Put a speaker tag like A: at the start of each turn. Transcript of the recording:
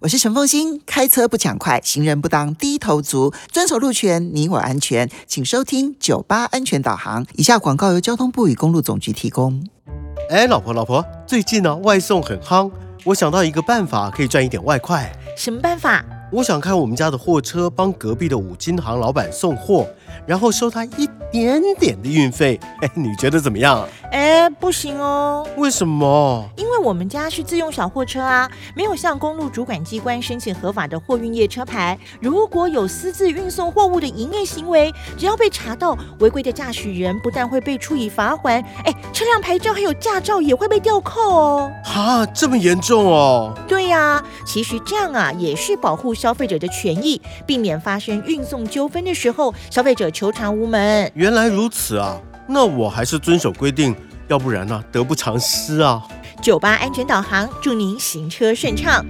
A: 我是陈凤欣。开车不抢快，行人不当低头族，遵守路权，你我安全。请收听九八安全导航。以下广告由交通部与公路总局提供。
B: 哎，老婆，老婆，最近呢、外送很夯，我想到一个办法可以赚一点外快。
C: 什么办法？
B: 我想开我们家的货车帮隔壁的五金行老板送货，然后收他一点点的运费。哎，你觉得怎么样？
C: 哎，不行哦，
B: 为什么？
C: 因为我们家是自用小货车啊，没有向公路主管机关申请合法的货运业车牌。如果有私自运送货物的营业行为，只要被查到，违规的驾驶人不但会被处以罚款，哎，车辆牌照还有驾照也会被吊扣哦。
B: 哈，啊这么严重哦？
C: 对呀、其实这样啊也是保护消费者的权益，避免发生运送纠纷的时候，消费者求偿无门。
B: 原来如此啊，那我还是遵守规定，要不然呢、得不偿失啊。
C: 酒吧安全导航，祝您行车顺畅。